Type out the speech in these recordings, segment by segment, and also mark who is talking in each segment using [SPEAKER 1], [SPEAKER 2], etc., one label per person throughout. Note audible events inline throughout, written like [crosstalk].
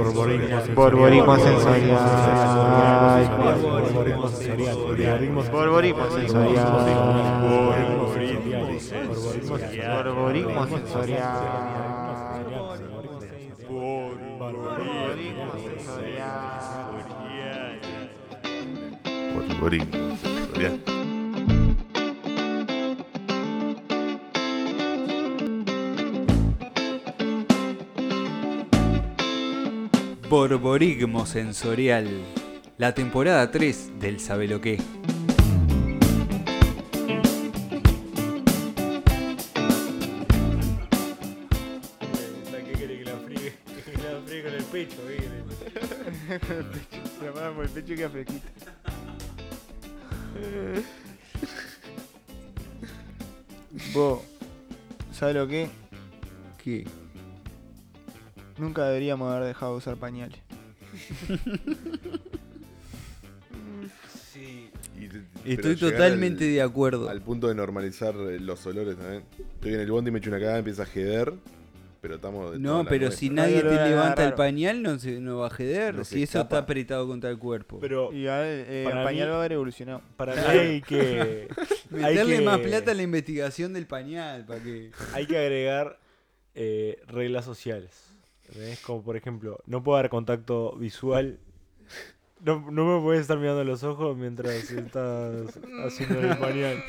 [SPEAKER 1] Borborismo sensorial. Borborismo sensorial. Borborismo sensorial. Borborismo sensorial.
[SPEAKER 2] Borborismo sensorial.
[SPEAKER 3] Borborigmo sensorial. La temporada 3 del Sabeloqué.
[SPEAKER 4] ¿Para qué quiere que la friegue? Que la friegue con el pecho, ¿eh?
[SPEAKER 1] Se la paran por el pecho y queda fresquito. [laughs] Vos, ¿sabes lo que?
[SPEAKER 5] ¿Qué?
[SPEAKER 1] Nunca deberíamos haber dejado de usar pañales.
[SPEAKER 4] Sí.
[SPEAKER 2] Y- pero
[SPEAKER 5] Estoy
[SPEAKER 2] llegar
[SPEAKER 5] totalmente
[SPEAKER 2] al-
[SPEAKER 5] de acuerdo.
[SPEAKER 2] Al punto de normalizar eh, los olores también. Estoy en el bondi, me echo una cagada, empieza a jeder. Pero estamos. de toda
[SPEAKER 5] No,
[SPEAKER 2] la
[SPEAKER 5] pero
[SPEAKER 2] nuestra.
[SPEAKER 5] si
[SPEAKER 1] No,
[SPEAKER 5] nadie
[SPEAKER 1] yo lo
[SPEAKER 5] te
[SPEAKER 1] voy a
[SPEAKER 5] levanta el
[SPEAKER 1] agarrar.
[SPEAKER 5] pañal, no, se, no va a jeder.
[SPEAKER 2] No se
[SPEAKER 5] si eso
[SPEAKER 2] escapa.
[SPEAKER 5] está apretado contra el cuerpo.
[SPEAKER 4] Pero
[SPEAKER 1] Y ahora eh,
[SPEAKER 4] Para
[SPEAKER 1] el pañal
[SPEAKER 4] mí-
[SPEAKER 1] va a haber evolucionado.
[SPEAKER 4] para mí hay que, hay
[SPEAKER 5] Meterle
[SPEAKER 4] que-
[SPEAKER 5] más plata a la investigación del pañal, para que. [laughs]
[SPEAKER 4] hay que agregar eh, reglas sociales. ¿entendés? Como por ejemplo, no puedo dar contacto visual. No, no me puedes estar mirando los ojos mientras estás haciendo el pañal.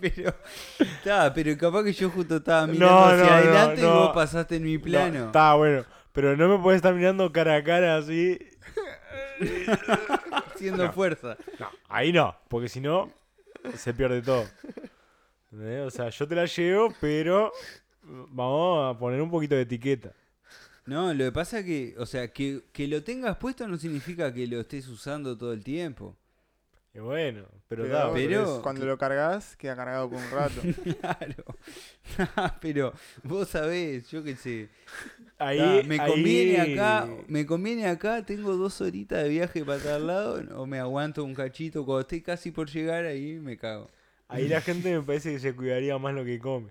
[SPEAKER 5] pero. Está, pero capaz que yo justo estaba
[SPEAKER 4] No,
[SPEAKER 5] mirando hacia
[SPEAKER 4] no, no,
[SPEAKER 5] adelante y
[SPEAKER 4] no.
[SPEAKER 5] vos pasaste en mi plano.
[SPEAKER 4] Está bueno. Pero no me puedes estar mirando cara a cara así.
[SPEAKER 5] haciendo
[SPEAKER 4] No.
[SPEAKER 5] fuerza.
[SPEAKER 4] No, ahí no. Porque si no, se pierde todo. ¿Entendés? O sea, yo te la llevo, pero vamos a poner un poquito de etiqueta.
[SPEAKER 5] No, lo que pasa es que, o sea, que, que lo tengas puesto no significa que lo estés usando todo el tiempo.
[SPEAKER 4] Y bueno, pero,
[SPEAKER 1] Pero,
[SPEAKER 4] da,
[SPEAKER 5] pero-
[SPEAKER 4] es-
[SPEAKER 1] cuando lo cargas, queda cargado por
[SPEAKER 4] [laughs]
[SPEAKER 1] un rato.
[SPEAKER 5] Claro. [laughs] pero vos sabés, yo qué sé.
[SPEAKER 4] ahí,
[SPEAKER 5] Ah, me
[SPEAKER 4] ahí-
[SPEAKER 5] conviene acá, me conviene acá, tengo dos horitas de viaje para cada lado, o me aguanto un cachito, cuando esté casi por llegar ahí me cago.
[SPEAKER 4] Ahí [laughs] la gente me parece que se cuidaría más lo que come.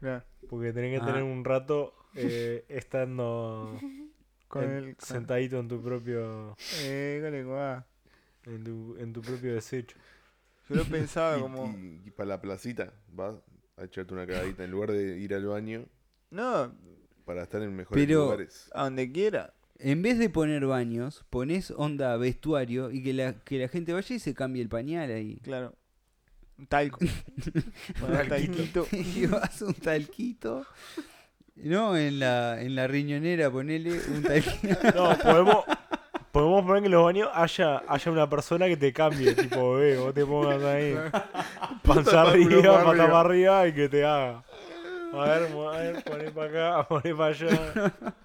[SPEAKER 1] Mirá,
[SPEAKER 4] Porque tenés que
[SPEAKER 5] Ah.
[SPEAKER 4] tener un rato eh, [laughs] estando
[SPEAKER 1] con
[SPEAKER 4] en-
[SPEAKER 1] el. con-
[SPEAKER 4] sentadito en tu propio
[SPEAKER 1] Eh, con el guá.
[SPEAKER 4] en tu, en tu propio desecho.
[SPEAKER 1] Yo lo pensaba
[SPEAKER 2] Y-
[SPEAKER 1] Ah, como.
[SPEAKER 2] Y, para la placita, vas a echarte una cagadita en lugar de ir al baño
[SPEAKER 1] No,
[SPEAKER 2] para estar en mejores
[SPEAKER 5] Pero-
[SPEAKER 2] lugares.
[SPEAKER 1] a donde quiera.
[SPEAKER 5] En vez de poner baños, pones onda vestuario y que la, que la gente vaya y se cambie el pañal ahí. [laughs]
[SPEAKER 1] Claro. Un
[SPEAKER 4] [laughs]
[SPEAKER 1] Talco. Bueno, un talquito.
[SPEAKER 5] y vas un talquito. No, en la, en la riñonera ponele
[SPEAKER 4] [laughs]
[SPEAKER 5] un talquito.
[SPEAKER 4] [laughs] No, podemos, podemos poner que en los baños haya, haya una persona que te cambie, tipo bebé, vos te pongas ahí. [laughs] Panza
[SPEAKER 2] Puta, culo
[SPEAKER 4] arriba,
[SPEAKER 2] para
[SPEAKER 4] pata
[SPEAKER 2] arriba.
[SPEAKER 4] para arriba y que te haga. A ver, mo- a ver, poné para acá, [laughs] poné para allá. [laughs]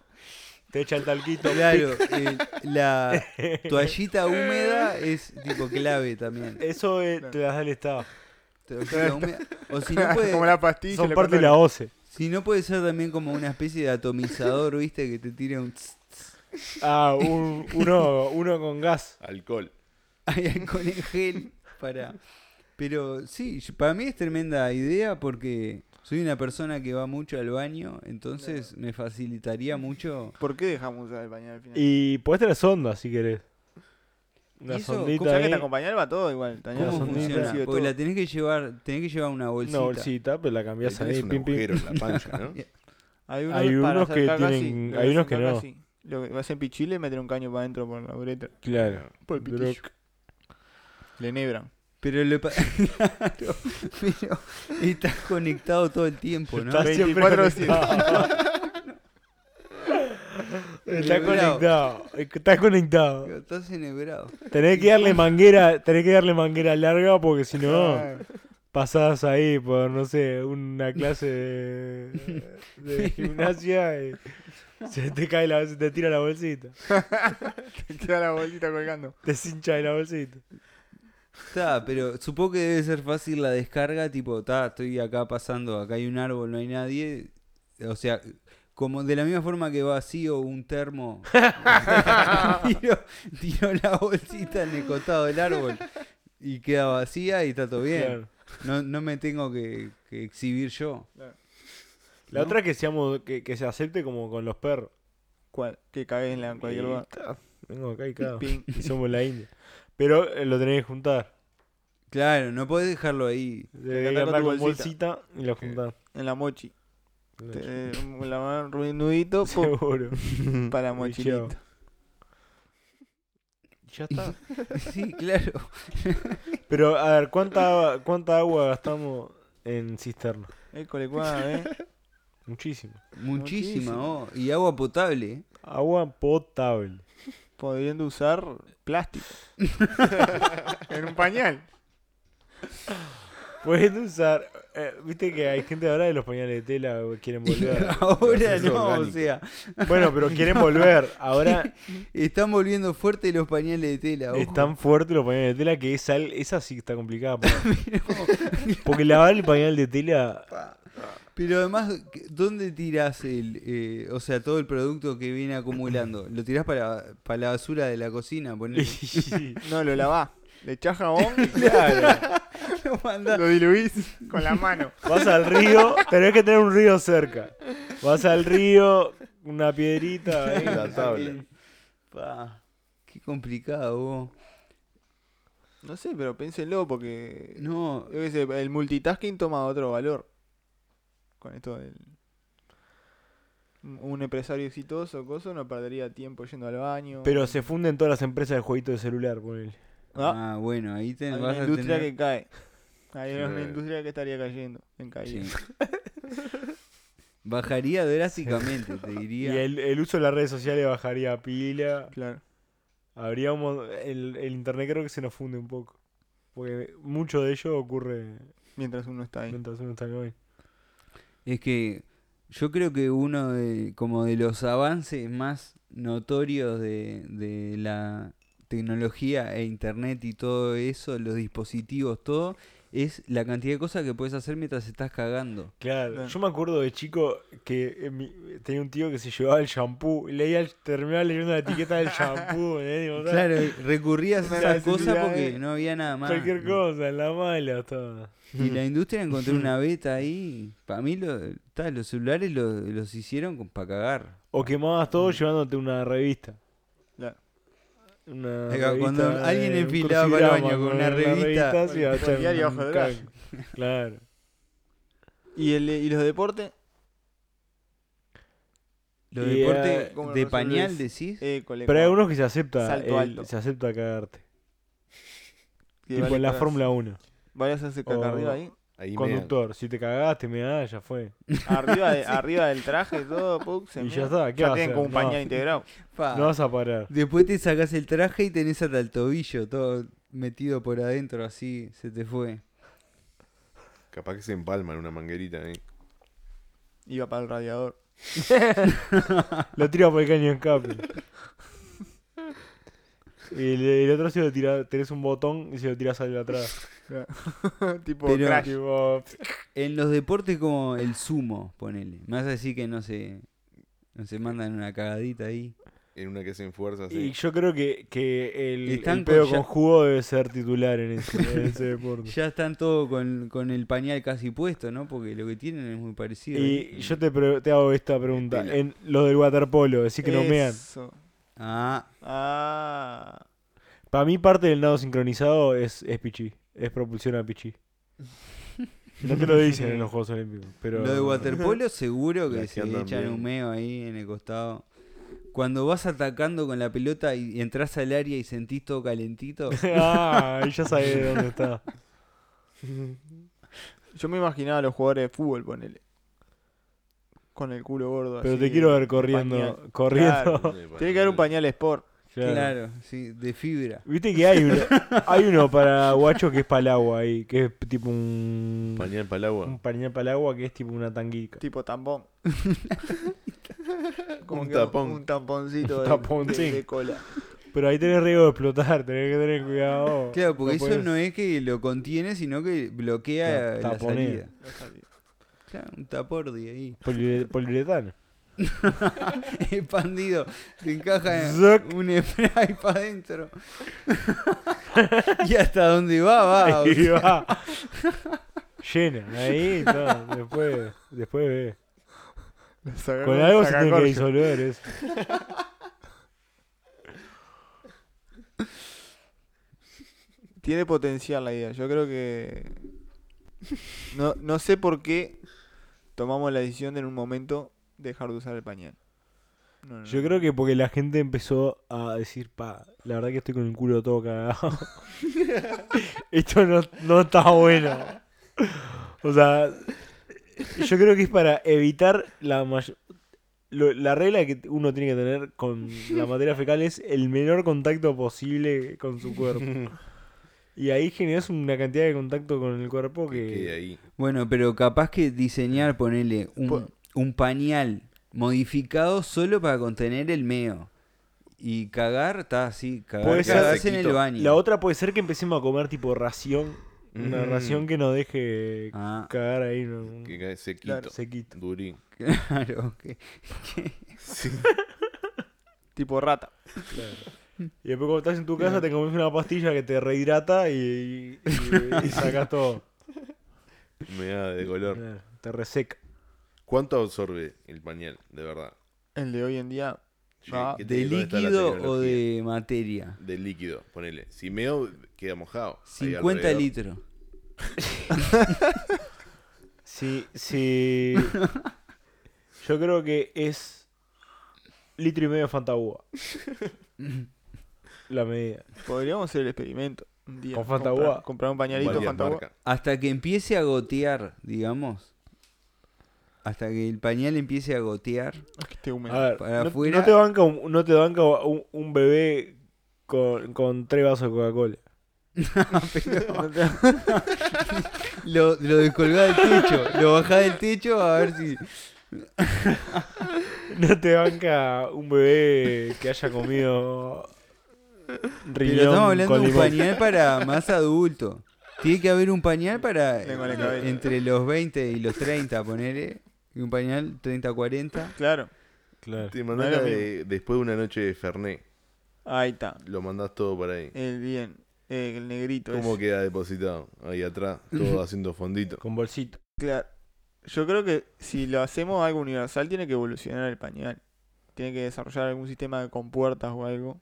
[SPEAKER 4] Te echa el talquito.
[SPEAKER 5] Claro, eh, la toallita húmeda es tipo clave también.
[SPEAKER 4] Eso eh, te las da el Estado.
[SPEAKER 5] Toallita húmeda. O si
[SPEAKER 1] [laughs]
[SPEAKER 5] no puede,
[SPEAKER 1] como la pastilla.
[SPEAKER 4] Son
[SPEAKER 1] la
[SPEAKER 4] parte de la
[SPEAKER 1] condola.
[SPEAKER 4] OCE.
[SPEAKER 5] Si no puede ser también como una especie de atomizador, viste, que te tire un... tss, tss.
[SPEAKER 4] Ah, un- uno, uno con gas.
[SPEAKER 2] Alcohol.
[SPEAKER 5] Hay
[SPEAKER 1] [laughs]
[SPEAKER 5] alcohol en gel para... Pero sí, yo- para mí es tremenda idea porque soy una persona que va mucho al baño, entonces me facilitaría mucho...
[SPEAKER 1] ¿Por qué dejamos usar el pañal al final?
[SPEAKER 4] Y podés tener sonda si querés.
[SPEAKER 5] ¿Y
[SPEAKER 4] Una
[SPEAKER 5] eso?
[SPEAKER 1] O
[SPEAKER 4] sondita
[SPEAKER 1] sea que
[SPEAKER 4] ahí,
[SPEAKER 1] te acompañar va todo igual. el pañal
[SPEAKER 4] Las
[SPEAKER 5] ¿Cómo
[SPEAKER 1] es un
[SPEAKER 4] onditas.
[SPEAKER 5] funciona?
[SPEAKER 1] precio de
[SPEAKER 5] Porque
[SPEAKER 1] todo.
[SPEAKER 5] la tenés que llevar, tenés que llevar una bolsita.
[SPEAKER 4] una bolsita, pero la cambiás
[SPEAKER 2] Eh, Tenés
[SPEAKER 4] ahí,
[SPEAKER 2] un
[SPEAKER 4] pim, pim.
[SPEAKER 2] agujero en la pancha, ¿no?
[SPEAKER 1] Hay
[SPEAKER 4] Hay
[SPEAKER 1] para
[SPEAKER 4] unos que
[SPEAKER 1] hacer caca,
[SPEAKER 4] tienen-
[SPEAKER 1] sí, lo
[SPEAKER 4] hay
[SPEAKER 1] que
[SPEAKER 4] unos
[SPEAKER 1] hacen
[SPEAKER 4] que
[SPEAKER 1] caca,
[SPEAKER 4] no.
[SPEAKER 1] sí. Lo que vas en pichile es meter un caño para adentro por la uretra.
[SPEAKER 4] Claro.
[SPEAKER 1] Por el
[SPEAKER 4] Droc.
[SPEAKER 1] pitillo. Le nebran.
[SPEAKER 5] Pero, lo, pa- [laughs] Claro, pero estás conectado todo el tiempo, ¿no?
[SPEAKER 4] Está siempre
[SPEAKER 1] 24
[SPEAKER 4] [laughs] conectado. Ah. Está
[SPEAKER 5] Cerebrado.
[SPEAKER 4] conectado. Está conectado.
[SPEAKER 5] Estás enhebrado.
[SPEAKER 4] Tenés que darle manguera, tenés que darle manguera larga porque si no pasás ahí por no sé, una clase de, de
[SPEAKER 5] [laughs]
[SPEAKER 4] gimnasia y se te cae la se te tira la bolsita.
[SPEAKER 1] [laughs] Te queda la bolita colgando.
[SPEAKER 4] Te cincha de la bolsita.
[SPEAKER 5] Está, pero supongo que debe ser fácil la descarga, tipo, ta, estoy acá pasando, acá hay un árbol, no hay nadie. O sea, como de la misma forma que vacío un
[SPEAKER 4] [laughs]
[SPEAKER 5] termo, tiro, tiro la bolsita en el costado del árbol y queda vacía y está todo bien.
[SPEAKER 4] Claro.
[SPEAKER 5] No, no me tengo que, que exhibir yo.
[SPEAKER 4] La otra es que seamos, que, que se acepte como con los perros.
[SPEAKER 1] Cual- que cagues en la- en cualquier lugar.
[SPEAKER 4] Vengo
[SPEAKER 1] [laughs]
[SPEAKER 4] acá y cago.
[SPEAKER 1] Ping.
[SPEAKER 4] Y somos la India. Pero eh, lo tenés que juntar.
[SPEAKER 5] Claro, no podés dejarlo ahí. [laughs]
[SPEAKER 4] Tenés que
[SPEAKER 1] andar con
[SPEAKER 4] andar
[SPEAKER 1] tu
[SPEAKER 4] con
[SPEAKER 1] bolsita.
[SPEAKER 4] bolsita y lo juntás.
[SPEAKER 1] En la mochi. Te- la mano, un nudito pum,
[SPEAKER 4] Seguro.
[SPEAKER 1] [laughs] para la
[SPEAKER 4] Y chao.
[SPEAKER 1] mochilita.
[SPEAKER 4] Ya está.
[SPEAKER 5] Sí, claro.
[SPEAKER 4] [laughs] Pero, a ver, ¿cuánta, cuánta agua gastamos en cisterna?
[SPEAKER 1] École, cuá, ¿eh?
[SPEAKER 4] Muchísimo.
[SPEAKER 5] Muchísima, oh. Y agua potable.
[SPEAKER 4] Agua potable.
[SPEAKER 1] Podriendo usar plástico. en un pañal.
[SPEAKER 4] Puedes usar. eh, Viste que hay gente ahora de los pañales de tela que quieren
[SPEAKER 5] [laughs]
[SPEAKER 4] volver.
[SPEAKER 1] [laughs]
[SPEAKER 5] Ahora
[SPEAKER 2] Es
[SPEAKER 5] no, o
[SPEAKER 2] orgánico.
[SPEAKER 5] sea,
[SPEAKER 4] bueno, pero quieren volver.
[SPEAKER 1] [laughs]
[SPEAKER 4] Ahora
[SPEAKER 5] están volviendo fuerte los pañales de tela. ojo.
[SPEAKER 4] es tan fuerte los pañales de tela que esa, esa sí está complicada. porque- Porque lavar el pañal de tela.
[SPEAKER 5] [laughs] Pero además, ¿qué- ¿dónde tirás el, eh, o sea, todo el producto que viene acumulando? ¿Lo tirás para, para la basura de la cocina?
[SPEAKER 1] [laughs]
[SPEAKER 5] ponele?
[SPEAKER 1] No, lo lavás. Le echás jabón,
[SPEAKER 4] claro.
[SPEAKER 5] Lo mandás-
[SPEAKER 1] [laughs] lo diluís con la mano.
[SPEAKER 4] Vas al río, tenés que tener un río cerca. Vas al río, una piedrita. ahí.
[SPEAKER 2] La tabla.
[SPEAKER 5] Pa, qué complicado, vos.
[SPEAKER 1] No sé, pero piénsenlo porque
[SPEAKER 5] No,
[SPEAKER 1] yo qué sé, el multitasking toma otro valor. Con esto del... Un un empresario exitoso, cosa, no perdería tiempo yendo al baño.
[SPEAKER 4] Pero se funden todas las empresas de jueguito de celular, ponele.
[SPEAKER 1] Ah,
[SPEAKER 5] ah, bueno, ahí te
[SPEAKER 1] hay
[SPEAKER 5] vas
[SPEAKER 1] una
[SPEAKER 5] a
[SPEAKER 1] industria
[SPEAKER 5] tener-
[SPEAKER 1] que cae. Hay una
[SPEAKER 2] Sí.
[SPEAKER 1] industria que estaría cayendo. En caída.
[SPEAKER 5] [laughs] Sí.
[SPEAKER 1] [laughs]
[SPEAKER 5] Bajaría drásticamente, te
[SPEAKER 4] Y
[SPEAKER 5] diría.
[SPEAKER 4] el, el uso de las redes sociales bajaría pila.
[SPEAKER 1] Claro.
[SPEAKER 4] Habría un mon- el, el internet creo que se nos funde un poco. Porque mucho de ello ocurre
[SPEAKER 1] Mientras uno está ahí.
[SPEAKER 4] mientras uno está hoy.
[SPEAKER 5] Es que yo creo que uno de, como de los avances más notorios de, de la tecnología e internet y todo eso, los dispositivos, todo, es la cantidad de cosas que puedes hacer mientras estás cagando.
[SPEAKER 4] Claro,
[SPEAKER 1] Claro.
[SPEAKER 4] yo me acuerdo de chico que eh, mi- tenía un tío que se llevaba el shampoo y leía, el- terminaba leyendo la etiqueta
[SPEAKER 5] [laughs]
[SPEAKER 4] del shampoo. ¿eh? Digo,
[SPEAKER 5] Claro, recurrías a
[SPEAKER 1] Una
[SPEAKER 5] esas
[SPEAKER 1] necesidad,
[SPEAKER 5] cosas porque
[SPEAKER 1] eh.
[SPEAKER 5] no había nada más.
[SPEAKER 4] Cualquier cosa, en la mala estaba.
[SPEAKER 5] Y la
[SPEAKER 4] [laughs]
[SPEAKER 5] industria encontró una beta ahí. Para mí, lo- ta, los celulares lo- los hicieron para cagar.
[SPEAKER 4] O quemabas todo
[SPEAKER 5] Mm.
[SPEAKER 4] llevándote una revista.
[SPEAKER 1] Claro.
[SPEAKER 4] Una
[SPEAKER 5] Oiga,
[SPEAKER 4] revista
[SPEAKER 5] cuando
[SPEAKER 4] de-
[SPEAKER 5] alguien
[SPEAKER 4] un
[SPEAKER 5] enfilaba para el
[SPEAKER 4] crucigrama
[SPEAKER 5] baño con una revista,
[SPEAKER 4] se iba a
[SPEAKER 1] con
[SPEAKER 4] echar
[SPEAKER 1] el diario
[SPEAKER 4] un
[SPEAKER 1] bajo el brazo.
[SPEAKER 4] cague. [laughs]
[SPEAKER 5] [laughs]
[SPEAKER 4] Claro.
[SPEAKER 1] ¿Y, el, ¿Y los deportes?
[SPEAKER 5] Los
[SPEAKER 4] Y, eh,
[SPEAKER 5] deportes
[SPEAKER 1] ¿cómo
[SPEAKER 5] de
[SPEAKER 1] lo resolvés?
[SPEAKER 5] pañal, decís.
[SPEAKER 1] École,
[SPEAKER 4] Pero hay
[SPEAKER 1] cuá,
[SPEAKER 4] unos que se acepta,
[SPEAKER 1] Salto
[SPEAKER 4] el-
[SPEAKER 1] alto.
[SPEAKER 4] se acepta cagarte.
[SPEAKER 1] que
[SPEAKER 4] tipo
[SPEAKER 1] vale
[SPEAKER 4] en la
[SPEAKER 1] cagar.
[SPEAKER 4] Fórmula Oh. 1.
[SPEAKER 1] Vayas a hacer caca
[SPEAKER 4] O-
[SPEAKER 1] arriba ahí.
[SPEAKER 2] Ahí me
[SPEAKER 4] Conductor, si te cagaste, me da, ya fue.
[SPEAKER 1] Arriba,
[SPEAKER 4] [laughs]
[SPEAKER 1] de- arriba del traje y todo, puc, se
[SPEAKER 4] Y
[SPEAKER 1] mea.
[SPEAKER 4] ya está, ¿qué
[SPEAKER 1] Ya
[SPEAKER 4] vas a
[SPEAKER 1] tienen
[SPEAKER 4] hacer?
[SPEAKER 1] como un
[SPEAKER 4] No.
[SPEAKER 1] pañal integrado.
[SPEAKER 5] Pa.
[SPEAKER 4] No vas a parar.
[SPEAKER 5] Después te sacas el traje y tenés hasta el tobillo todo metido por adentro, así se te fue.
[SPEAKER 2] Capaz que se empalman una manguerita ¿eh? ahí.
[SPEAKER 1] Iba para el radiador.
[SPEAKER 4] [laughs] Lo tira por el caño de escape. Y el, el otro si lo tirás, tenés un botón y se lo tirás al de atrás.
[SPEAKER 1] tipo
[SPEAKER 5] Pero-
[SPEAKER 1] crash.
[SPEAKER 4] Tipo,
[SPEAKER 5] En los deportes como el sumo, ponele. Me vas a decir que no se, no se mandan una cagadita ahí.
[SPEAKER 2] En una que hacen fuerza
[SPEAKER 4] Y
[SPEAKER 2] así.
[SPEAKER 4] yo creo que, que el,
[SPEAKER 5] Están
[SPEAKER 4] el pedo
[SPEAKER 5] con ya-
[SPEAKER 4] con jugo debe ser titular en ese, en
[SPEAKER 5] [laughs]
[SPEAKER 4] ese deporte.
[SPEAKER 5] Ya están todos con, con el pañal casi puesto, ¿no? Porque lo que tienen es muy parecido.
[SPEAKER 4] Y yo te, pre- te hago esta pregunta.
[SPEAKER 2] Estela.
[SPEAKER 4] En los del waterpolo, decir que no mean.
[SPEAKER 1] Eso.
[SPEAKER 5] Ah,
[SPEAKER 1] Ah.
[SPEAKER 4] Para mí parte del nado sincronizado es, es pichí. Es propulsión a pichí. No
[SPEAKER 5] [laughs]
[SPEAKER 4] te lo dicen en los Juegos Olímpicos. Pero...
[SPEAKER 5] lo de waterpolo seguro
[SPEAKER 2] Las
[SPEAKER 5] que
[SPEAKER 2] que
[SPEAKER 5] se
[SPEAKER 2] andan
[SPEAKER 5] echan
[SPEAKER 2] bien.
[SPEAKER 5] un meo ahí en el costado. Cuando vas atacando con la pelota y entras al área y sentís todo calentito.
[SPEAKER 4] [laughs] ah, y ya sabés de dónde está.
[SPEAKER 1] Yo me imaginaba a los jugadores de fútbol, ponele. Con el culo gordo.
[SPEAKER 4] Pero
[SPEAKER 1] así,
[SPEAKER 4] te quiero ver corriendo.
[SPEAKER 1] pañal.
[SPEAKER 4] Corriendo.
[SPEAKER 1] Claro. [laughs] Tiene que haber un pañal sport.
[SPEAKER 4] Claro.
[SPEAKER 5] Claro, sí, de fibra.
[SPEAKER 4] Viste que hay uno,
[SPEAKER 5] [laughs]
[SPEAKER 4] hay uno para guacho que es para el agua ahí, que es tipo un,
[SPEAKER 2] Pañal para el agua.
[SPEAKER 4] un pañal para el agua que es tipo una tanguica. [laughs]
[SPEAKER 1] Tipo tampón.
[SPEAKER 2] Un
[SPEAKER 1] que un-
[SPEAKER 2] tapón.
[SPEAKER 1] Un tamponcito
[SPEAKER 4] Un
[SPEAKER 1] de,
[SPEAKER 4] tapón,
[SPEAKER 1] de-
[SPEAKER 4] sí.
[SPEAKER 1] de cola.
[SPEAKER 4] Pero ahí tenés riesgo de explotar, tenés que tener cuidado.
[SPEAKER 5] Claro, porque eso
[SPEAKER 4] podés-
[SPEAKER 5] no es que lo contiene, sino que bloquea
[SPEAKER 4] Claro,
[SPEAKER 5] la
[SPEAKER 4] taponea.
[SPEAKER 5] salida. Claro, un tapordi ahí. [laughs]
[SPEAKER 4] Poliure- Poliuretano.
[SPEAKER 5] Expandido. Te encaja en
[SPEAKER 4] Zuc.
[SPEAKER 5] un spray para adentro. [laughs] y hasta donde va, va. o
[SPEAKER 4] [laughs] Y
[SPEAKER 5] sea.
[SPEAKER 4] va.
[SPEAKER 5] [laughs]
[SPEAKER 4] Llena, ahí, no, después, después ve. Con algo se tiene que disolver eso.
[SPEAKER 1] Tiene potencial la idea. Yo creo que. No, no sé por qué tomamos la decisión de en un momento dejar de usar el pañal. No, no,
[SPEAKER 4] Yo
[SPEAKER 1] no.
[SPEAKER 4] creo que porque la gente empezó a decir, pa, la verdad que estoy con el culo todo cagado. [laughs] Esto no, no está bueno. O sea, yo creo que es para evitar la mayor... la regla que uno tiene que tener con la materia fecal es el menor contacto posible con su cuerpo. Y ahí generas una cantidad de contacto con el cuerpo
[SPEAKER 2] Quede
[SPEAKER 4] que...
[SPEAKER 2] ahí.
[SPEAKER 5] Bueno, pero capaz que diseñar, ponerle un,
[SPEAKER 1] Po-
[SPEAKER 5] un pañal modificado solo para contener el meo. Y cagar, está así, cagar,
[SPEAKER 4] Puede ser-
[SPEAKER 5] cagás en el
[SPEAKER 2] sequito.
[SPEAKER 5] baño.
[SPEAKER 4] La otra puede ser que empecemos a comer tipo ración. Una
[SPEAKER 2] Mm.
[SPEAKER 4] ración que nos deje
[SPEAKER 5] Ah, [laughs]
[SPEAKER 4] cagar ahí. ¿no?
[SPEAKER 2] Que cae sequito.
[SPEAKER 1] Claro.
[SPEAKER 4] Sequito.
[SPEAKER 2] Durín.
[SPEAKER 5] claro, que-
[SPEAKER 2] Este,
[SPEAKER 5] que-
[SPEAKER 2] [laughs] Sí.
[SPEAKER 1] Tipo rata.
[SPEAKER 4] Y después cuando estás en tu casa te comes una pastilla que te rehidrata y, y,
[SPEAKER 5] [laughs]
[SPEAKER 4] y sacas todo.
[SPEAKER 2] Me da de color.
[SPEAKER 4] Eh, Te reseca.
[SPEAKER 2] ¿Cuánto absorbe el pañal? De verdad.
[SPEAKER 1] El de hoy en día.
[SPEAKER 2] Che,
[SPEAKER 1] Ah,
[SPEAKER 2] ¿qué te-
[SPEAKER 5] ¿De
[SPEAKER 2] dónde está la
[SPEAKER 5] líquido o
[SPEAKER 2] tecnología?
[SPEAKER 5] de materia?
[SPEAKER 2] De líquido, ponele. Si meo, queda mojado. ahí
[SPEAKER 5] 50
[SPEAKER 2] alrededor.
[SPEAKER 5] litros.
[SPEAKER 4] Sí, sí. Yo creo que es litro y medio de Fanta uva. La medida.
[SPEAKER 1] Podríamos hacer el experimento. Un día.
[SPEAKER 4] Con Fanta
[SPEAKER 1] comprar,
[SPEAKER 4] Uva.
[SPEAKER 1] comprar un pañalito
[SPEAKER 2] Varias
[SPEAKER 1] Fanta Uva.
[SPEAKER 2] marcas.
[SPEAKER 5] Hasta que empiece a gotear, digamos. Hasta que el pañal empiece a gotear.
[SPEAKER 1] Es que esté húmedo.
[SPEAKER 4] A ver,
[SPEAKER 5] Para
[SPEAKER 4] no,
[SPEAKER 5] afuera-
[SPEAKER 4] no te banca un, no te banca un, un bebé con, con tres vasos de Coca-Cola.
[SPEAKER 5] Lo, lo descolgá del techo. Lo bajá del techo a ver si.
[SPEAKER 4] No te banca un bebé que haya comido riñón
[SPEAKER 5] Pero estamos hablando
[SPEAKER 4] con
[SPEAKER 5] de un
[SPEAKER 4] limón.
[SPEAKER 5] pañal para más adulto. Tiene que haber un pañal para.
[SPEAKER 1] Tengo la cabeza.
[SPEAKER 5] Entre los 20 y los 30, ponele. Y un pañal 30-40.
[SPEAKER 1] Claro.
[SPEAKER 4] Claro.
[SPEAKER 2] Te
[SPEAKER 1] No
[SPEAKER 2] mandás
[SPEAKER 1] es lo
[SPEAKER 2] la de- después de una noche de Fernet.
[SPEAKER 1] Ahí está.
[SPEAKER 2] Lo mandás todo para ahí.
[SPEAKER 1] El bien. eh, El negrito.
[SPEAKER 2] ¿Cómo
[SPEAKER 1] ese.
[SPEAKER 2] queda depositado? Ahí atrás,
[SPEAKER 5] [laughs]
[SPEAKER 2] todo haciendo fondito.
[SPEAKER 4] Con bolsito.
[SPEAKER 1] Claro. Yo creo que si lo hacemos algo universal, tiene que evolucionar el pañal. Tiene que desarrollar algún sistema de compuertas o algo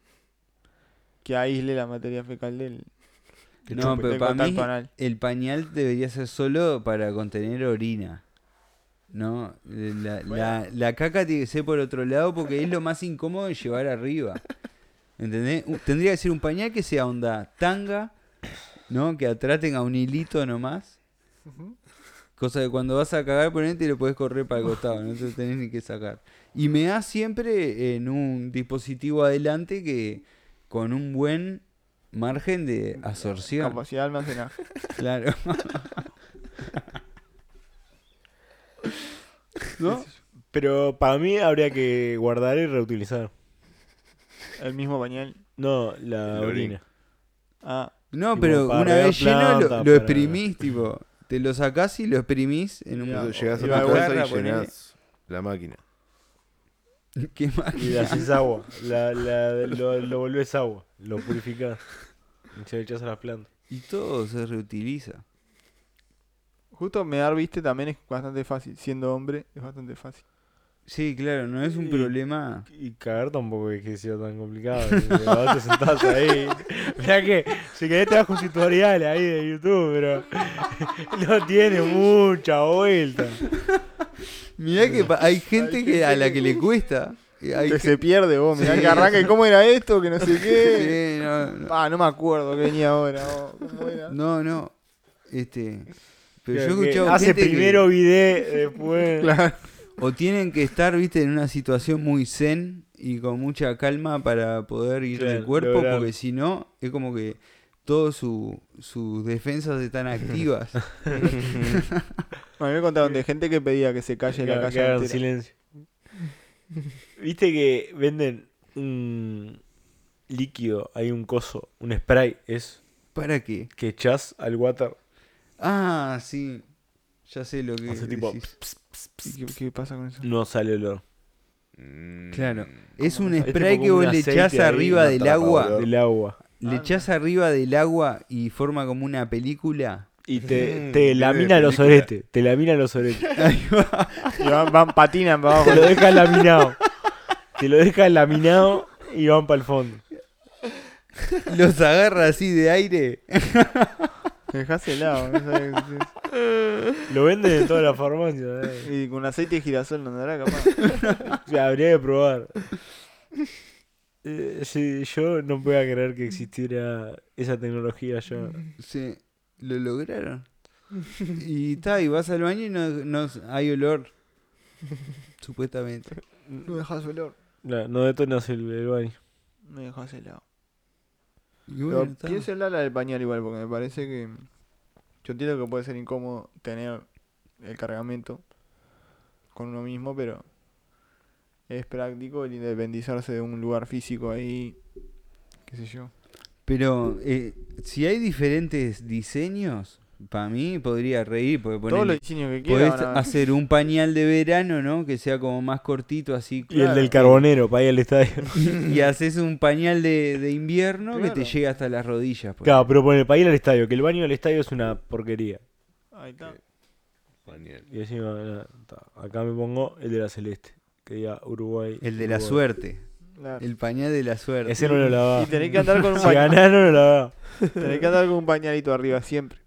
[SPEAKER 1] que aísle la materia fecal del,
[SPEAKER 5] No, pero
[SPEAKER 1] del
[SPEAKER 5] para mí.
[SPEAKER 1] contacto anal.
[SPEAKER 5] El pañal debería ser solo para contener orina. No, Eh, la, la- la caca tiene que ser por otro lado porque es lo más incómodo de llevar arriba. ¿Entendés? U- Tendría que ser un pañal que sea onda tanga, ¿no? Que atraten a un hilito nomás. Cosa que cuando vas a cagar, ponente lo podés correr para el costado, no te lo tenés ni que sacar. Y me da siempre en un dispositivo adelante que con un buen margen de absorción.
[SPEAKER 1] Capacidad de almacenaje.
[SPEAKER 5] Claro. ¿No?
[SPEAKER 4] Pero para mí habría que guardar y reutilizar.
[SPEAKER 1] El mismo pañal.
[SPEAKER 4] No, la
[SPEAKER 2] El orín.
[SPEAKER 4] orina.
[SPEAKER 1] Ah,
[SPEAKER 5] No,
[SPEAKER 4] Tipo,
[SPEAKER 5] pero
[SPEAKER 4] para
[SPEAKER 5] una
[SPEAKER 4] regar
[SPEAKER 5] vez lleno lo,
[SPEAKER 4] plantas,
[SPEAKER 5] lo
[SPEAKER 4] para-
[SPEAKER 5] exprimís, [laughs] tipo. Te lo sacás y lo exprimís en un.
[SPEAKER 2] Entonces llegás
[SPEAKER 1] iba
[SPEAKER 2] a
[SPEAKER 1] a
[SPEAKER 2] tu casa
[SPEAKER 5] guarda,
[SPEAKER 2] y
[SPEAKER 5] ponele.
[SPEAKER 2] llenás la máquina.
[SPEAKER 5] [laughs] ¿Qué más?
[SPEAKER 4] Y la haces agua. La, la- lo, lo volvés agua. Lo purificás. Y se lo echás a las plantas.
[SPEAKER 5] Y todo se reutiliza.
[SPEAKER 1] justo mear, viste, también es bastante fácil. Siendo hombre, es bastante fácil.
[SPEAKER 5] Sí, claro, no es un
[SPEAKER 4] Y-
[SPEAKER 5] problema.
[SPEAKER 4] Y cagar tampoco es que sea tan complicado.
[SPEAKER 5] [laughs]
[SPEAKER 4] Te vas, te sentás ahí. Mirá que si querés te vas con tutoriales ahí de YouTube, pero [laughs] no tiene mucha vuelta.
[SPEAKER 5] Mirá que pa- hay gente que a la que [laughs] le cuesta. Y Hay
[SPEAKER 1] Que
[SPEAKER 5] que-
[SPEAKER 1] se pierde vos, mirá
[SPEAKER 5] Sí.
[SPEAKER 1] que arranca y cómo era esto, que no sé qué.
[SPEAKER 5] Sí, no, no.
[SPEAKER 1] Ah, no me acuerdo que venía ahora. vos. ¿Cómo
[SPEAKER 5] [laughs]
[SPEAKER 1] era?
[SPEAKER 5] No, no. Este. Pero yo he
[SPEAKER 4] Que
[SPEAKER 5] escuchado
[SPEAKER 4] Hace
[SPEAKER 5] gente que-
[SPEAKER 4] primero video,
[SPEAKER 5] [laughs]
[SPEAKER 4] después.
[SPEAKER 1] Claro.
[SPEAKER 5] O tienen que estar, viste, en una situación muy zen y con mucha calma para poder ir
[SPEAKER 4] Claro,
[SPEAKER 5] al cuerpo,
[SPEAKER 4] lograr.
[SPEAKER 5] porque si no, es como que todas su- sus defensas están activas.
[SPEAKER 1] A mí me contaron de gente que pedía que se calle la
[SPEAKER 4] Claro,
[SPEAKER 1] calle
[SPEAKER 4] que hagan
[SPEAKER 1] entera.
[SPEAKER 4] silencio. [laughs] Viste que venden un líquido, hay un coso, un spray, es
[SPEAKER 5] ¿Para qué?
[SPEAKER 4] que echás al water.
[SPEAKER 5] Ah, sí. Ya sé lo que
[SPEAKER 4] Hace tipo,
[SPEAKER 5] decís.
[SPEAKER 1] ¿Y ¿Qué, qué pasa con eso?
[SPEAKER 4] No sale olor.
[SPEAKER 2] Mm.
[SPEAKER 5] Claro. Es un
[SPEAKER 4] Este
[SPEAKER 5] spray
[SPEAKER 4] poco
[SPEAKER 5] que
[SPEAKER 4] un
[SPEAKER 5] vos le
[SPEAKER 4] aceite
[SPEAKER 5] echás
[SPEAKER 4] ahí,
[SPEAKER 5] arriba
[SPEAKER 2] un
[SPEAKER 5] del agua.
[SPEAKER 2] atrapador.
[SPEAKER 4] del agua.
[SPEAKER 5] Le echás arriba del agua y forma como una película. [laughs]
[SPEAKER 4] Y te, te
[SPEAKER 2] Mm, tiene
[SPEAKER 4] lamina los
[SPEAKER 2] película.
[SPEAKER 4] oretes. Te lamina los
[SPEAKER 5] [laughs]
[SPEAKER 4] oretes.
[SPEAKER 5] Ahí va.
[SPEAKER 1] Y van, van- patinan para
[SPEAKER 4] Te
[SPEAKER 1] abajo.
[SPEAKER 4] lo
[SPEAKER 1] [laughs]
[SPEAKER 4] deja laminado. Te lo deja laminado y van para el fondo.
[SPEAKER 5] Los agarra así de aire.
[SPEAKER 1] Dejás helado. no sabés qué es eso.
[SPEAKER 4] Lo venden en todas las farmacias. eh.
[SPEAKER 1] Y con aceite de girasol no andará capaz.
[SPEAKER 4] O sea, habría que probar. [laughs] Eh, sí, yo no podía creer que existiera esa tecnología ya.
[SPEAKER 5] Sí, lo lograron. Y está, y vas al baño y no, no hay olor. Supuestamente.
[SPEAKER 1] No dejas olor.
[SPEAKER 4] No, no detonas el, el baño.
[SPEAKER 1] No dejas helado.
[SPEAKER 5] Y
[SPEAKER 1] Pero
[SPEAKER 5] bueno, está.
[SPEAKER 1] pienso en la la del pañal igual, porque me parece que. Yo entiendo que puede ser incómodo tener el cargamento con uno mismo, pero es práctico el independizarse de un lugar físico ahí. ¿Qué sé yo?
[SPEAKER 5] Pero eh, si hay diferentes diseños, para mí podría reír. Porque
[SPEAKER 1] Todos
[SPEAKER 5] ponele,
[SPEAKER 1] los diseños que
[SPEAKER 5] podés
[SPEAKER 1] quieras. van a-
[SPEAKER 5] hacer un pañal de verano, ¿no? Que sea como más cortito, así.
[SPEAKER 4] Y el del
[SPEAKER 1] Claro.
[SPEAKER 4] carbonero, para ir al estadio. [laughs]
[SPEAKER 5] Y haces un pañal de, de invierno que te
[SPEAKER 1] Claro.
[SPEAKER 5] llega hasta las rodillas. ponele.
[SPEAKER 4] Claro, pero pone para ir al estadio, que el baño del estadio es una porquería.
[SPEAKER 1] Ahí está.
[SPEAKER 2] Pañal.
[SPEAKER 4] Y encima, nada, ta, acá me pongo el de la celeste, que diga Uruguay.
[SPEAKER 5] El de la
[SPEAKER 4] Uruguay.
[SPEAKER 5] suerte.
[SPEAKER 1] Claro.
[SPEAKER 5] El pañal de la suerte.
[SPEAKER 4] Ese no lo lavaba.
[SPEAKER 1] Y tenés que andar
[SPEAKER 5] [laughs]
[SPEAKER 1] con un
[SPEAKER 4] Si
[SPEAKER 1] pañal.
[SPEAKER 4] ganás, no lo lavaba.
[SPEAKER 1] Tenés que andar con un pañalito arriba siempre.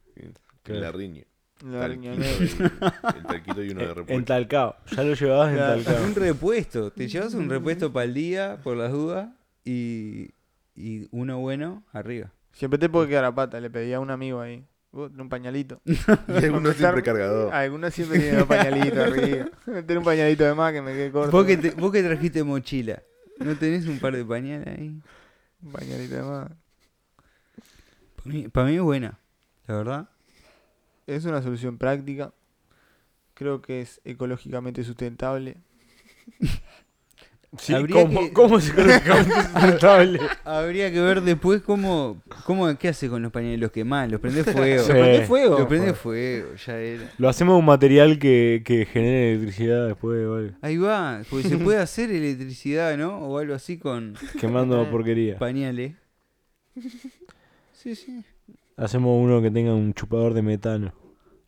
[SPEAKER 2] La riña.
[SPEAKER 1] En la
[SPEAKER 2] Talquito
[SPEAKER 1] riñonera.
[SPEAKER 2] y- El talquito y uno
[SPEAKER 5] [laughs]
[SPEAKER 2] de
[SPEAKER 4] Eh, En
[SPEAKER 2] repuesto.
[SPEAKER 4] Talcao, ya lo llevabas en
[SPEAKER 1] Claro.
[SPEAKER 4] Talcao.
[SPEAKER 5] Un repuesto. Te llevas un repuesto para el día, por las dudas, y, y uno bueno arriba.
[SPEAKER 1] Siempre te puede quedar a pata, le pedí a un amigo ahí. "Vos, Un pañalito.
[SPEAKER 4] [laughs]
[SPEAKER 2] Y alguno siempre cargador.
[SPEAKER 1] Algunos siempre tienen un pañalito
[SPEAKER 2] [laughs]
[SPEAKER 1] arriba. Tener un pañalito de más que me quede corto.
[SPEAKER 5] ¿Vos que, te- vos que trajiste mochila, ¿no tenés un par de pañales ahí?
[SPEAKER 1] Un pañalito de más.
[SPEAKER 5] Para mí, pa' mí es buena, la verdad.
[SPEAKER 1] Es una solución práctica. Creo que es ecológicamente sustentable.
[SPEAKER 4] Sí,
[SPEAKER 5] Habría
[SPEAKER 4] ¿cómo,
[SPEAKER 5] que-
[SPEAKER 4] ¿Cómo es ecológicamente
[SPEAKER 5] [laughs]
[SPEAKER 4] sustentable?
[SPEAKER 5] Habría que ver después cómo, cómo qué haces con los pañales, los quemás, los [laughs] prendés fuego.
[SPEAKER 4] ¿Los prendés
[SPEAKER 5] fuego? Los prendés fuego, ya era.
[SPEAKER 4] Lo hacemos de un material que, que genere electricidad después,
[SPEAKER 1] [laughs]
[SPEAKER 4] igual,
[SPEAKER 5] Ahí va, porque se puede hacer electricidad, ¿no? O algo así con
[SPEAKER 4] quemando porquería.
[SPEAKER 5] pañales. Sí, sí.
[SPEAKER 4] Hacemos uno que tenga un chupador de metano.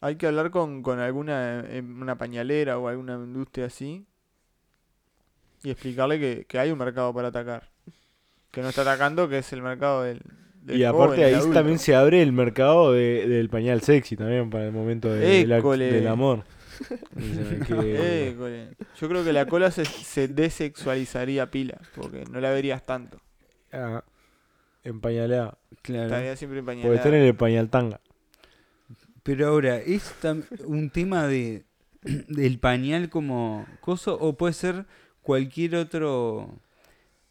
[SPEAKER 1] Hay que hablar con, con alguna eh, una pañalera o alguna industria así. Y explicarle que, que hay un mercado para atacar. Que no está atacando, que es el mercado del. del
[SPEAKER 4] Y aparte
[SPEAKER 1] joven, del
[SPEAKER 4] ahí
[SPEAKER 1] adulto.
[SPEAKER 4] también se abre el mercado de- del pañal sexy también para el momento de- del, act-
[SPEAKER 1] École.
[SPEAKER 4] del amor.
[SPEAKER 1] [laughs]
[SPEAKER 4] Dicen que-
[SPEAKER 1] Eh, cole. Yo creo que la cola se, se desexualizaría pila, porque no la verías tanto.
[SPEAKER 4] ah, empañalada.
[SPEAKER 5] Claro.
[SPEAKER 1] Estaría siempre
[SPEAKER 4] Porque estar en
[SPEAKER 1] empañalada.
[SPEAKER 4] el pañal tanga.
[SPEAKER 5] Pero ahora, ¿es tam- un tema de del pañal como coso o puede ser cualquier otro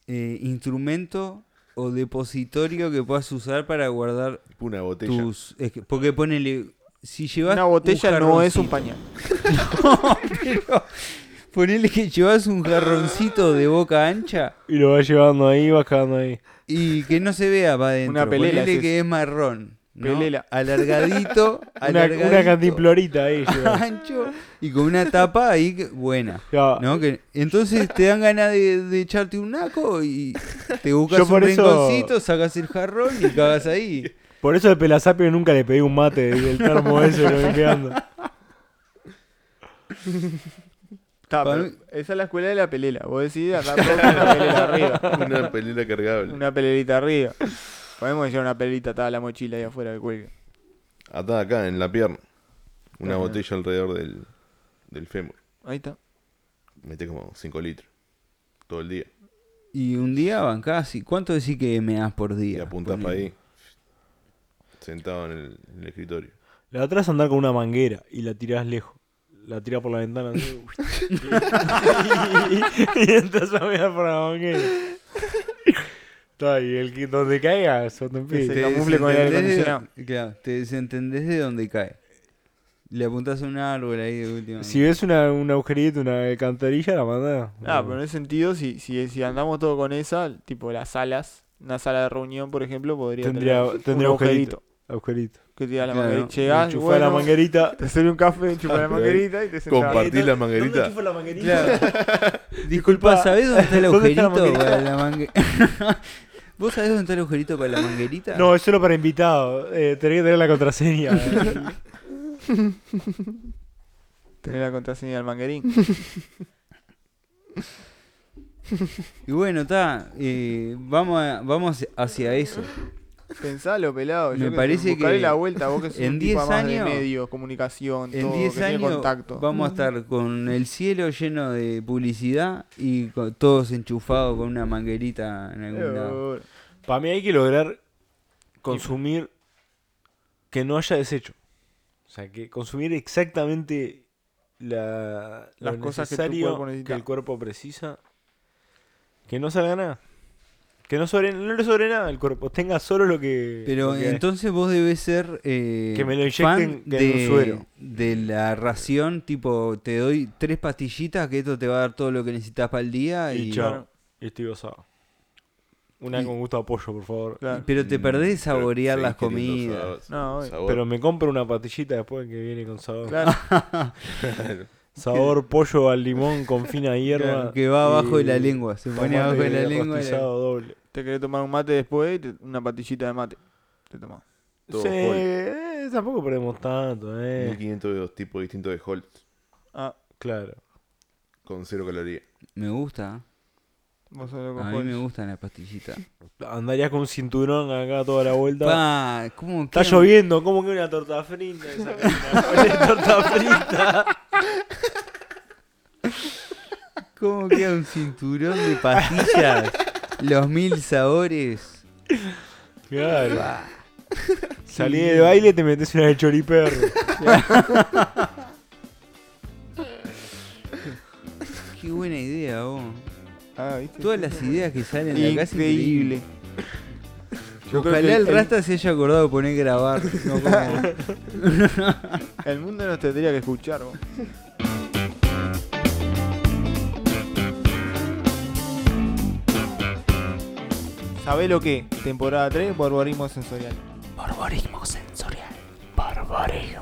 [SPEAKER 5] eh, instrumento o depositorio que puedas usar para guardar
[SPEAKER 2] Una botella.
[SPEAKER 5] tus... es que- porque ponele, si llevas...
[SPEAKER 1] Una
[SPEAKER 5] un
[SPEAKER 1] botella no es un
[SPEAKER 5] [laughs] jarroncito-
[SPEAKER 1] pañal.
[SPEAKER 5] No, pero ponele que llevas un jarroncito de boca ancha
[SPEAKER 4] Y lo vas llevando ahí, vas cagando ahí.
[SPEAKER 5] y que no se vea para adentro.
[SPEAKER 1] Una pelela
[SPEAKER 5] Ponele
[SPEAKER 1] es
[SPEAKER 5] que es marrón. ¿no?
[SPEAKER 1] Pelela. [laughs]
[SPEAKER 5] Alargadito,
[SPEAKER 4] Una,
[SPEAKER 5] alargadito.
[SPEAKER 4] una cantimplorita ahí. llevas.
[SPEAKER 5] ancho y con una tapa ahí que- buena.
[SPEAKER 4] Ya,
[SPEAKER 5] ¿no? Que, entonces te dan ganas de, de echarte un naco y te buscas
[SPEAKER 4] Yo
[SPEAKER 5] un
[SPEAKER 4] por eso-
[SPEAKER 5] rinconcito, sacas el jarrón y cagas ahí.
[SPEAKER 4] Por eso de Pelasapio nunca le pedí un mate del termo ese que me quedando.
[SPEAKER 1] Está,
[SPEAKER 5] Pa'
[SPEAKER 1] pero
[SPEAKER 5] mí-
[SPEAKER 1] esa es la escuela de la pelela. Vos decidís andar con una pelela arriba.
[SPEAKER 2] [laughs] Una pelera cargable.
[SPEAKER 1] Una pelelita arriba. Podemos llevar una pelelita atada a la mochila ahí afuera que cuelga.
[SPEAKER 2] Atada acá, en la pierna. Una
[SPEAKER 1] Ajá.
[SPEAKER 2] botella alrededor del, del fémur.
[SPEAKER 1] Ahí está.
[SPEAKER 2] Mete como 5 litros. Todo el día.
[SPEAKER 5] Y un día bancás y ¿cuánto decís que me das por
[SPEAKER 2] Y
[SPEAKER 5] día?
[SPEAKER 2] apuntas para
[SPEAKER 5] Ponele.
[SPEAKER 2] ahí. Sentado en el, en el escritorio.
[SPEAKER 4] La otra es andar con una manguera y la tirás lejos. La tirás por la ventana. así, [laughs] y, y, entras a mirar por la manguera. Está, y el que donde caiga, son te
[SPEAKER 1] Sí,
[SPEAKER 4] empieza.
[SPEAKER 1] sí. camufle con el aire
[SPEAKER 5] desentendés de-
[SPEAKER 1] acondicionado.
[SPEAKER 5] claro, te desentendés de dónde cae. Le apuntás a un árbol ahí de última.
[SPEAKER 4] Si ves una, un agujerito, una alcantarilla, la mandás.
[SPEAKER 1] Ah, pero en ese sentido, si, si, si andamos todo con esa, tipo las salas, una sala de reunión, por ejemplo, podría
[SPEAKER 4] Tendría-
[SPEAKER 1] tener
[SPEAKER 4] tendría
[SPEAKER 1] un agujerito.
[SPEAKER 4] agujerito.
[SPEAKER 1] que te da la
[SPEAKER 5] Claro,
[SPEAKER 1] manguerita.
[SPEAKER 4] Enchufá
[SPEAKER 1] Llegás,
[SPEAKER 4] la
[SPEAKER 1] Ah, bueno,
[SPEAKER 4] manguerita.
[SPEAKER 1] te sirve un café, enchufás la manguerita y te sentás.
[SPEAKER 2] Compartís la manguerita.
[SPEAKER 4] enchufo la manguerita?
[SPEAKER 5] [laughs] Disculpa, ¿sabés dónde está el
[SPEAKER 4] ¿Dónde
[SPEAKER 5] agujerito
[SPEAKER 4] está la
[SPEAKER 5] para la manguerita? [laughs] ¿Vos sabés dónde está el agujerito para la manguerita?
[SPEAKER 4] No, es solo para invitados. Eh, tenés que tener la contraseña.
[SPEAKER 1] Tenés la contraseña del manguerín.
[SPEAKER 5] Y bueno, está. eh, vamos, a- vamos hacia eso.
[SPEAKER 1] Pensalo, pelado.
[SPEAKER 5] Me
[SPEAKER 1] yo
[SPEAKER 5] parece
[SPEAKER 1] buscaré
[SPEAKER 5] que
[SPEAKER 1] la vuelta, vos que sos
[SPEAKER 5] en
[SPEAKER 1] un
[SPEAKER 5] 10
[SPEAKER 1] tipo más
[SPEAKER 5] años-
[SPEAKER 1] de medios, comunicación,
[SPEAKER 5] En
[SPEAKER 1] todo,
[SPEAKER 5] 10
[SPEAKER 1] que tiene
[SPEAKER 5] años
[SPEAKER 1] contacto.
[SPEAKER 5] vamos a estar con el cielo lleno de publicidad y con- todos enchufados con una manguerita en algún lado.
[SPEAKER 1] Eh,
[SPEAKER 4] para mí hay que lograr consumir que no haya desecho. O sea, que consumir exactamente la, lo
[SPEAKER 1] Las cosas que tu
[SPEAKER 4] necesario
[SPEAKER 1] cuerpo necesita.
[SPEAKER 4] que el cuerpo precisa. Que no salga nada. Que no, sobre, no le sobre nada el cuerpo. Tenga solo lo que.
[SPEAKER 5] Pero
[SPEAKER 4] lo que-
[SPEAKER 5] entonces vos debes ser eh,
[SPEAKER 4] Que me lo inyecten
[SPEAKER 5] fan
[SPEAKER 4] que en un
[SPEAKER 5] de,
[SPEAKER 4] suero.
[SPEAKER 5] de la ración, tipo te doy tres pastillitas que esto te va a dar todo lo que necesitas para el día.
[SPEAKER 4] Y
[SPEAKER 5] Y,
[SPEAKER 4] chao. Y estoy gozado. Una
[SPEAKER 5] Y-
[SPEAKER 4] con gusto a pollo, por favor.
[SPEAKER 1] claro.
[SPEAKER 5] Pero
[SPEAKER 4] Mm,
[SPEAKER 5] te perdés saborear
[SPEAKER 2] Seguís
[SPEAKER 5] las
[SPEAKER 2] queriendo
[SPEAKER 5] comidas.
[SPEAKER 2] sabor-
[SPEAKER 1] No,
[SPEAKER 5] [laughs]
[SPEAKER 1] obvio.
[SPEAKER 2] sabor.
[SPEAKER 4] Pero me compro una pastillita después que viene con sabor.
[SPEAKER 1] Claro.
[SPEAKER 4] Sabor pollo al limón con fina hierba.
[SPEAKER 5] Que va abajo de
[SPEAKER 4] y
[SPEAKER 5] la lengua, se pone
[SPEAKER 4] tomate
[SPEAKER 5] abajo de la lengua. y la-
[SPEAKER 4] rostizado doble.
[SPEAKER 1] Te querés tomar un mate después y te- una patillita de mate. Te tomás.
[SPEAKER 2] Todo
[SPEAKER 4] Sí,
[SPEAKER 2] Hall.
[SPEAKER 4] eh, tampoco perdemos tanto, eh.
[SPEAKER 2] 1500 de dos tipos distintos de Holt
[SPEAKER 1] Ah,
[SPEAKER 4] Claro.
[SPEAKER 2] con cero caloría.
[SPEAKER 5] Me gusta, ¿eh?
[SPEAKER 1] vos sos loco.
[SPEAKER 5] a mí me
[SPEAKER 1] Jorge.
[SPEAKER 5] gustan las pastillitas.
[SPEAKER 4] Andarías con un cinturón acá toda la vuelta.
[SPEAKER 5] Pa, ¿cómo
[SPEAKER 4] Está
[SPEAKER 5] quedan-
[SPEAKER 4] lloviendo, ¿cómo que una torta frita? Esa una torta frita.
[SPEAKER 5] ¿Cómo queda un cinturón de
[SPEAKER 4] [laughs]
[SPEAKER 5] pastillas? Los mil sabores.
[SPEAKER 4] Claro. Salí del baile te metes una de choriperro.
[SPEAKER 5] Qué buena idea, vos.
[SPEAKER 1] Ah, ¿viste?
[SPEAKER 5] Todas las ideas que salen de acá es
[SPEAKER 1] Increíble. Yo creo
[SPEAKER 5] Ojalá
[SPEAKER 1] que
[SPEAKER 5] el Rasta se haya acordado de poner grabar.
[SPEAKER 1] [laughs]
[SPEAKER 5] no como-
[SPEAKER 1] El mundo nos tendría que escuchar, vos. ¿Sabés lo que? Temporada 3, barbarismo sensorial.
[SPEAKER 6] Barbarismo sensorial. Barbarismo.